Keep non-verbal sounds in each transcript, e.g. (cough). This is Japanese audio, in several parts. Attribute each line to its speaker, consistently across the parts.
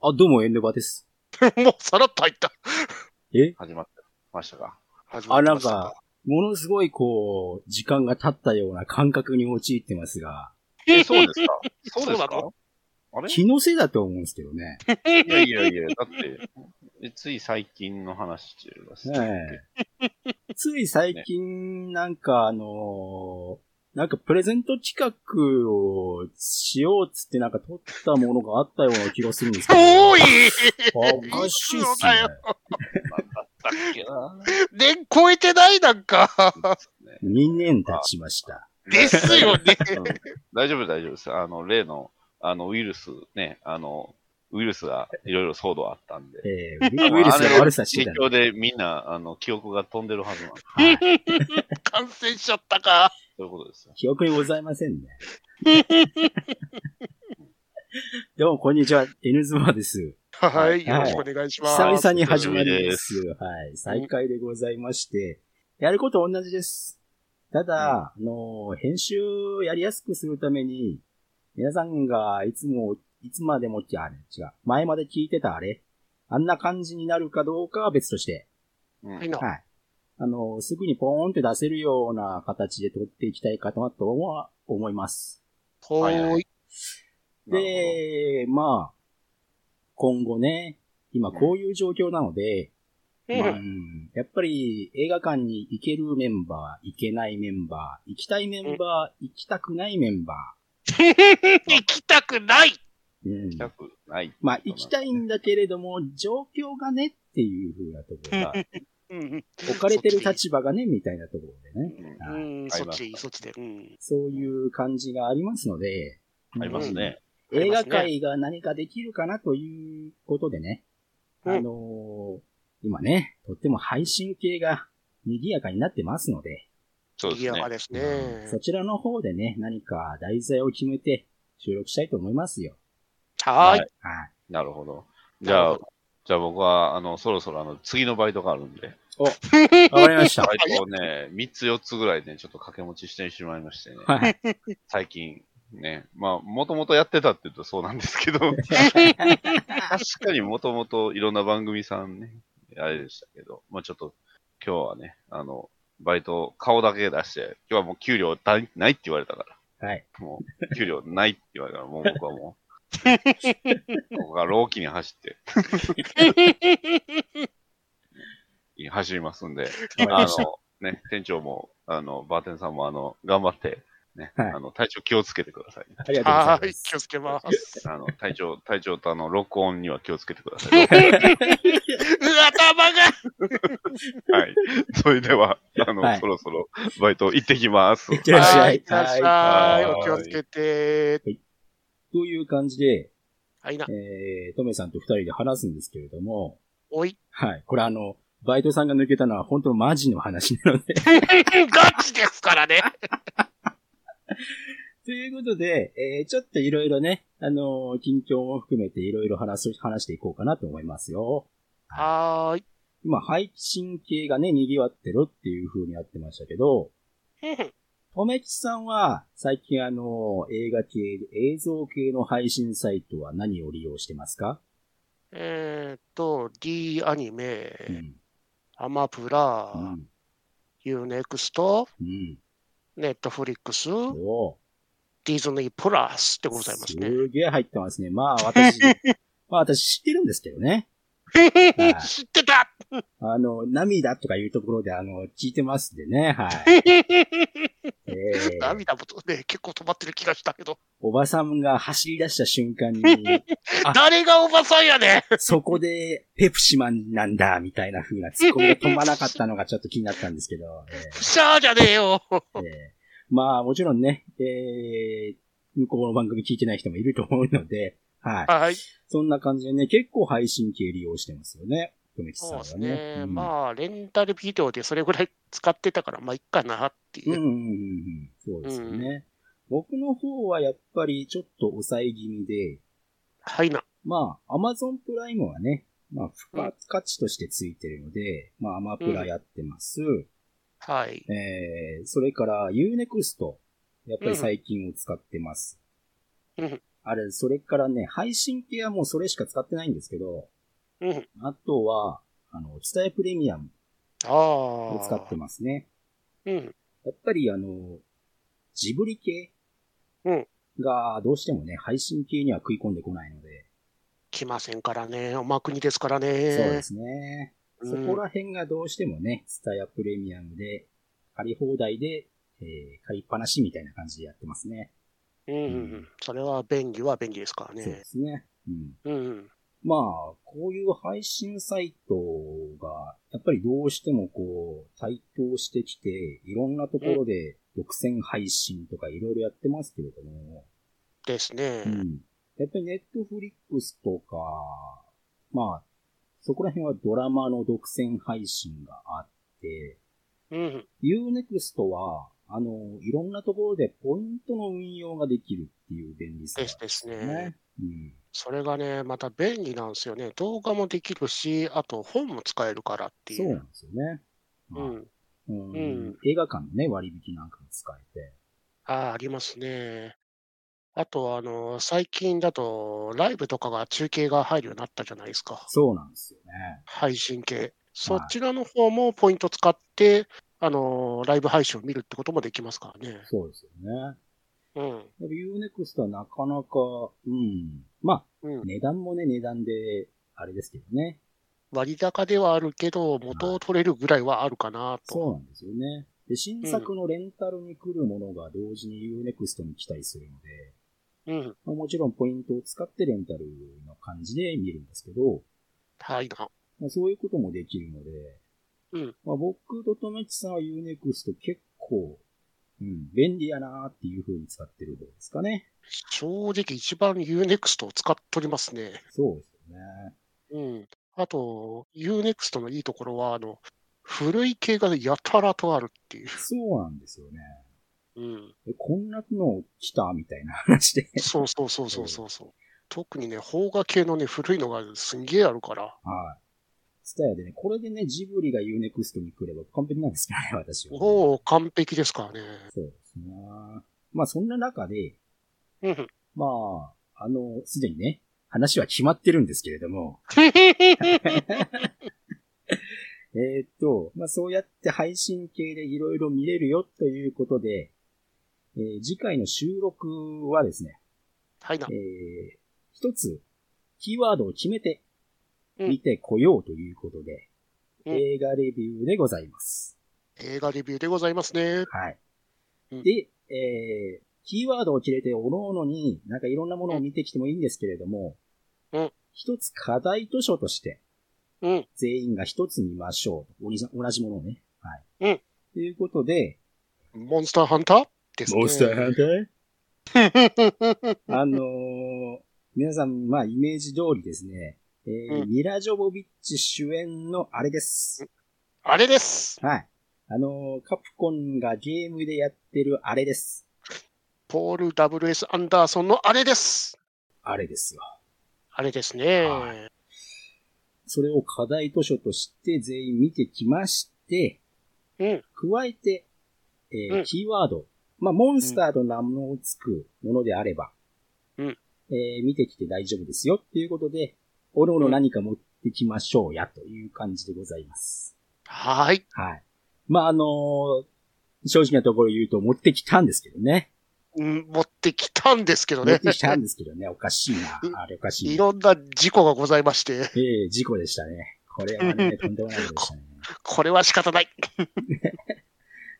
Speaker 1: あ、どうも、エンデバです。
Speaker 2: もうさらっと入った。
Speaker 3: 始まってましたか。
Speaker 2: 始ま
Speaker 1: あ、
Speaker 2: って
Speaker 1: な
Speaker 2: ま
Speaker 1: ん
Speaker 2: した
Speaker 1: か、、ものすごい、こう、時間が経ったような感覚に陥ってますが、
Speaker 3: え、そうですか (laughs) そうで
Speaker 2: そ
Speaker 3: す
Speaker 2: うな
Speaker 3: か
Speaker 2: の
Speaker 3: あれ
Speaker 1: 気のせいだと思うんですけど
Speaker 2: (laughs)
Speaker 1: ね。
Speaker 3: いやいやいや、だって、えつい最近の話してるらしい
Speaker 1: ねえ。つい最近、なんかあのーなんかプレゼント企画をしようっつってなんか撮ったものがあったような気がするんですけど。
Speaker 2: 遠い
Speaker 1: おかしいっす
Speaker 2: 嘘だ
Speaker 1: ね
Speaker 2: よ。
Speaker 3: なんだったっけな
Speaker 2: 年超えてないなんか。
Speaker 1: 2年経ちました。
Speaker 2: ですよ
Speaker 1: (laughs)
Speaker 2: ね。
Speaker 3: うん大丈夫大丈夫です。あの、例の、あの、ウイルスね、あの、ウイルスがいろいろ騒動あったんで。
Speaker 1: えー、ウイルスが悪さしてた
Speaker 3: あ
Speaker 1: ね
Speaker 2: (laughs)
Speaker 3: れの影響でみんな、あの、記憶が飛んでるはずなんで
Speaker 1: はい。
Speaker 2: 感染しちゃったか。
Speaker 3: そういうことですよ。
Speaker 1: 記憶にございませんね。
Speaker 2: (laughs)
Speaker 1: どうも、こんにちは。N ズマです。
Speaker 2: はいい、よろしくお願いします。
Speaker 1: 久々に始ま
Speaker 3: る
Speaker 1: りです。はい。再開でございまして、やること同じです。ただ、あの、編集をやりやすくするために、皆さんがいつも、いつまでもってあれ、違う。前まで聞いてたあれ、あんな感じになるかどうかは別として、
Speaker 3: うん
Speaker 2: はいな
Speaker 1: はい。あの、すぐにポーンって出せるような形で撮っていきたいかなとは思います。
Speaker 2: 遠い。
Speaker 3: なる
Speaker 1: で、まあ、今後ね、今こういう状況なので、
Speaker 2: うん
Speaker 1: うんやっぱり映画館に行けるメンバー、行けないメンバー、行きたいメンバー、行きたくないメンバ
Speaker 2: 行きたくない。
Speaker 1: ー。うん
Speaker 3: ほど行きたくない。
Speaker 1: まあ、行きたいんだけれども、状況がねっていう風なところが、
Speaker 2: うん、
Speaker 1: 置かれてる立場がね、みたいなところでね。
Speaker 3: う
Speaker 1: はい
Speaker 2: う
Speaker 3: ん
Speaker 2: ん、そっち、そっちで。うん。
Speaker 1: そういう感じがありますので、
Speaker 3: ありますね。
Speaker 2: あり
Speaker 1: 映
Speaker 2: ま
Speaker 1: 画
Speaker 2: すね
Speaker 1: 界が何かできるかなということでね。
Speaker 2: うん
Speaker 1: あのー今ね、とっても配信系が賑やかになってますので、
Speaker 3: そうです
Speaker 2: 賑やか。
Speaker 3: ね
Speaker 2: ですね。
Speaker 1: そちらの方でね、何か題材を決めて収録したいと思いますよ。
Speaker 2: はーい。
Speaker 1: はい。
Speaker 3: なるほど。じゃ
Speaker 2: な
Speaker 3: あ
Speaker 2: るほ、
Speaker 3: じゃあ僕は、あの、そろそろあの、次のバイトがあるんで、
Speaker 1: わかりまし
Speaker 3: バ
Speaker 1: た。
Speaker 3: イトをね、3つ4つぐらいね、ちょっと掛け持ちしてしまいましてね、
Speaker 1: はい。
Speaker 3: 最近、ね、まあ、もともとやってたって言うとそうなんです
Speaker 1: (laughs)
Speaker 3: けど、確かにもともといろんな番組さんね、あれでしたけど、まあちょっと、今日はね、あの、バイト、顔だけ出して、今日はもう給料だいないって言われたから、
Speaker 1: はい。
Speaker 3: もう、給料ないって言われたから、もう僕は
Speaker 1: (laughs)
Speaker 3: もう、ここが老期に走って、走りますんで、
Speaker 1: わかり
Speaker 3: あ
Speaker 1: ました。
Speaker 3: の、ね、店長も、あの、バーテンさんも、あの、頑張って、ね、
Speaker 1: はい
Speaker 3: あの、体調気をつけてください、ね。
Speaker 1: ありがとうご
Speaker 2: は
Speaker 1: ざい
Speaker 2: ー
Speaker 1: ま
Speaker 2: い、
Speaker 1: す
Speaker 2: 気。をつけます。
Speaker 3: あの、体
Speaker 1: (laughs)
Speaker 3: 調、体調とあの、録音には気をつけてください。
Speaker 2: うわ頭が
Speaker 3: はい。それでは、あの、
Speaker 1: はい
Speaker 3: そろそろ、バイト行ってきます。
Speaker 1: ってらっしゃい
Speaker 2: いってらっしゃい。
Speaker 3: はい
Speaker 2: お気をつけて。
Speaker 1: という感じで、
Speaker 2: はいな。
Speaker 1: えー、トメさんと二人で話すんですけれども、
Speaker 2: おい。 (laughs)
Speaker 1: はい。これあの、バイトさんが抜けたのは本当のマジの話なので。 (laughs)
Speaker 2: ガチですからね。
Speaker 1: ということで、えー、ちょっといろいろね、あのー近況も含めていろいろ話す、話していこうかなと思いますよ。
Speaker 2: はーい。
Speaker 1: 今、配信系がね、賑わってるっていう風になってましたけど、とめきちさんは、最近あのー映画系、映像系の配信サイトは何を利用してますか、
Speaker 2: えーっと、D アニ
Speaker 1: う
Speaker 2: メ、
Speaker 1: ん。
Speaker 2: アマプ
Speaker 1: う
Speaker 2: ラ、
Speaker 1: ん。
Speaker 2: ユーネクスト、
Speaker 1: うん。
Speaker 2: ネットフリックス、
Speaker 1: おー
Speaker 2: ディズニープラスでございますね。
Speaker 1: すげえ入ってますね。まあ、
Speaker 2: (laughs)
Speaker 1: 私、まあ、私知ってるんですけどね。
Speaker 2: (laughs)
Speaker 1: はい
Speaker 2: 知ってた
Speaker 1: あの、涙とかいうところで、あの、聞いてますんでね、はい。
Speaker 2: (laughs)
Speaker 1: えー
Speaker 2: 涙もね、結構止まってる気がしたけど。
Speaker 1: おばさんが走り出した瞬間に、あ
Speaker 2: 誰がおばさんやねん
Speaker 1: そこでペプシマンなんだ、みたいな風なツッコミが止まなかったのがちょっと気になったんですけど、
Speaker 2: シャーじゃねえ
Speaker 1: (laughs)
Speaker 2: よ
Speaker 1: えーえーまあもちろんね、えー向こうの番組聞いてない人もいると思うので、はい。
Speaker 2: はい。
Speaker 1: そんな感じでね、結構配信系利用してますよね。とめきさん
Speaker 2: そう
Speaker 1: は
Speaker 2: です
Speaker 1: ね。
Speaker 2: ね。
Speaker 1: うん
Speaker 2: まあ、レンタルビデオでそれぐらい使ってたから、まあ、いっかなって
Speaker 1: う
Speaker 2: い
Speaker 1: んう
Speaker 2: う。
Speaker 1: んうんうん。そうですよね。僕の方はやっぱりちょっと抑え気味で、
Speaker 2: はいな。
Speaker 1: まあ、アマゾンプライムはね、まあ、付加価値としてついてるので、まあ、アマプラやってます。
Speaker 2: はい。
Speaker 1: えー、それから Unext、やっぱり最近を使ってます。
Speaker 2: うん
Speaker 1: あれ、それからね、配信系はもうそれしか使ってないんですけど、
Speaker 2: うん。
Speaker 1: あとは、あの、伝えプレミアム
Speaker 2: ああ。
Speaker 1: を使ってますね。
Speaker 2: うん。
Speaker 1: やっぱりあの、ジブリ系
Speaker 2: うん
Speaker 1: がどうしてもね、配信系には食い込んでこないので、
Speaker 2: 来ませんからね。おまくにですから
Speaker 1: そうで
Speaker 2: ね。
Speaker 1: すね。そ
Speaker 2: うん
Speaker 1: こら辺がどうしてもね、ツタヤプレミアムで、借り放題で、えー借りっぱなしみたいな感じでやってますね。
Speaker 2: うんうんうん。それは便利は便利ですから
Speaker 1: そうで
Speaker 2: ね。
Speaker 1: すね。うん。
Speaker 2: うん。
Speaker 1: まあ、こういう配信サイトが、やっぱりどうしてもこう、台頭してきて、いろんなところで独占配信とかいろいろやってますけれども、
Speaker 2: ですね
Speaker 1: う。ん。やっぱりネットフリックスとか、まあ、そこら辺はドラマの独占配信があって、
Speaker 2: うん。
Speaker 1: Unext は、あの、いろんなところでポイントの運用ができるっていう便利さ
Speaker 2: ですです
Speaker 1: です
Speaker 2: ね
Speaker 1: ね。。うん。
Speaker 2: それがね、また便利なんですよね。動画もできるし、あと本も使えるからってい
Speaker 1: そうな
Speaker 2: う。
Speaker 1: んですよね。
Speaker 2: う
Speaker 1: まあ
Speaker 2: ん。
Speaker 1: うん
Speaker 2: うん
Speaker 1: 映画館のね、割引なんかも使えて。
Speaker 2: ああ、ありますね。あと、あの、最近だと、ライブとかが中継が入るようになったじゃないですか。
Speaker 1: そうなんですよね。
Speaker 2: 配信系。そちらの方もポイント使って、あの、ライブ配信を見るってこともできますからね。
Speaker 1: そうですよね。
Speaker 2: うん。
Speaker 1: でも Unext はなかなか、うん。ま
Speaker 2: うん
Speaker 1: あ、。値段もね、値段で、あれですけどね。
Speaker 2: 割高ではあるけど、元を取れるぐらいはあるかな
Speaker 1: そう
Speaker 2: と。
Speaker 1: なんですよね。で、新作のレンタルに来るものが同時に Unext に来たりするので、
Speaker 2: うん。
Speaker 1: まあもちろんポイントを使ってレンタルの感じで見るんですけど、
Speaker 2: はいな。
Speaker 1: まあ、そういうこともできるので、
Speaker 2: うん
Speaker 1: まあ、僕ととめちさんは Unext 結構、うん、便利やなーっていう風に使ってる方ですかね。
Speaker 2: 正直一番 Unext を使っとりますね。
Speaker 1: そうですよね。
Speaker 2: うん。あと、Unext のいいところは、あの、古い系がやたらとあるっていう。
Speaker 1: そうなんですよね。
Speaker 2: うん。
Speaker 1: え、こんなの来たみたいな話で。 (laughs)
Speaker 2: そうそうそうそうそうそう。特にね、邦画系のね、古いのがすんげえあるから。
Speaker 1: はい。スタヤでね、これでね、ジブリが Unext に来れば完璧なんですけどね、私は。
Speaker 2: おお完璧ですからね。
Speaker 1: そうですね。まあ、そんな中で、
Speaker 2: うん。
Speaker 1: まあ、あの、すでにね、話は決まってるんですけれど
Speaker 2: (laughs)
Speaker 1: も、えーっと、まあ、そうやって配信系でいろいろ見れるよということで、えー次回の収録はですね、
Speaker 2: はいな
Speaker 1: え。ー一つ、キーワードを決めて、
Speaker 2: うん
Speaker 1: 見てこようということで、
Speaker 2: うん
Speaker 1: 映画レビューでございます。
Speaker 2: 映画レビューでございますね。
Speaker 1: はい。
Speaker 2: うん
Speaker 1: で、えーキーワードを決めて、おのおのに、なんかいろんなものを見てきてもいいんですけれども
Speaker 2: うん、
Speaker 1: 一つ課題図書として、
Speaker 2: うん。
Speaker 1: 全員が一つ見ましょう。おに同じものをね。はい。
Speaker 2: うん
Speaker 1: ということで、
Speaker 2: モンスターハンターですね。
Speaker 1: ハンター (laughs) あのー皆さん、まあ、イメージ通りですね。えー
Speaker 2: うん
Speaker 1: ミラ・ジョボビッチ主演のあれです。
Speaker 2: あれです。
Speaker 1: はい。あのーカプコンがゲームでやってるあれです。
Speaker 2: ポール W.S. アンダーソンのあれです。
Speaker 1: あれですよ。
Speaker 2: あれですね。
Speaker 1: はそれを課題図書として全員見てきまして、
Speaker 2: うん。
Speaker 1: 加えて、えー
Speaker 2: うん
Speaker 1: キーワード。まあ、モンスターと名のつくものであれば、
Speaker 2: うん
Speaker 1: えー見てきて大丈夫ですよっていうことで、おのおの何か持ってきましょうやという感じでございます。
Speaker 2: はーい。
Speaker 1: はい。まあ、あのー正直なところ言うと持ってきたんですけどね。
Speaker 2: うん持ってきたんですけど
Speaker 1: 持っ
Speaker 2: ね。
Speaker 1: てきたんですけどね。おかしいな。あれおかし
Speaker 2: い
Speaker 1: いな。
Speaker 2: ろんな事故がございまして、
Speaker 1: ええ事故でしたね。これはね、とんでもないことでしたね。
Speaker 2: これは仕方ない。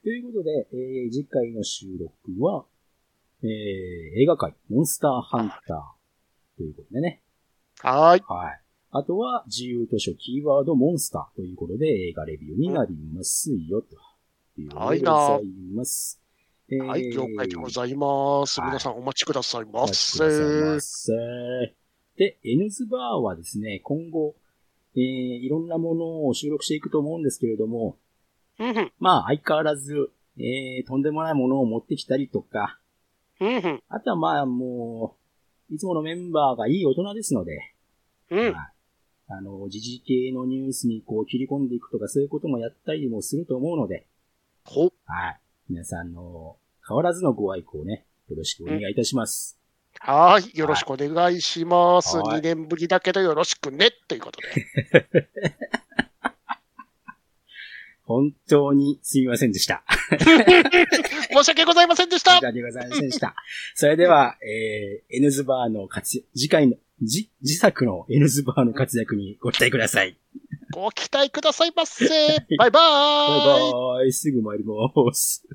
Speaker 1: ということで、えー次回の収録は、えー映画界、モンスターハンターということでね。
Speaker 2: はーい。
Speaker 1: はい。あとは、自由図書キーワードモンスターということで映画レビューになりますよ、ということでございます。
Speaker 2: は
Speaker 1: え
Speaker 2: い、
Speaker 1: ー
Speaker 2: 了解でございます。
Speaker 1: はい
Speaker 2: 皆さんお待ちください
Speaker 1: お
Speaker 2: ま
Speaker 1: 待ち
Speaker 2: せ。
Speaker 1: くださいませ。で、N ズバーはですね、今後、えーいろんなものを収録していくと思うんですけれども、
Speaker 2: うん
Speaker 1: まあ、相変わらず、えー、とんでもないものを持ってきたりとか、
Speaker 2: うん、うん
Speaker 1: あとはまあ、もう、いつものメンバーがいい大人ですので、
Speaker 2: うん、うん。
Speaker 1: はいあの、時事系のニュースにこう切り込んでいくとか、そういうこともやったりもすると思うので、
Speaker 2: ほ、
Speaker 1: はい。皆さんの、変わらずのご愛顧をね、よろしくお願いいたします。
Speaker 2: はい。よろしくお願いします。
Speaker 1: はい
Speaker 2: 2年ぶりだけどよろしくね。ということで。
Speaker 1: 本当にすみませんでした。
Speaker 2: 申し訳ございませんでした
Speaker 1: 申し。訳ございませんでした。 (laughs) それでは、えー、N ズバーの活躍、次回の、じ、自作の N ズバーの活躍にご期待ください。
Speaker 2: ご期待くださいませ。バイバ
Speaker 1: バイ
Speaker 2: ーイ。
Speaker 1: バイ。すぐ参ります。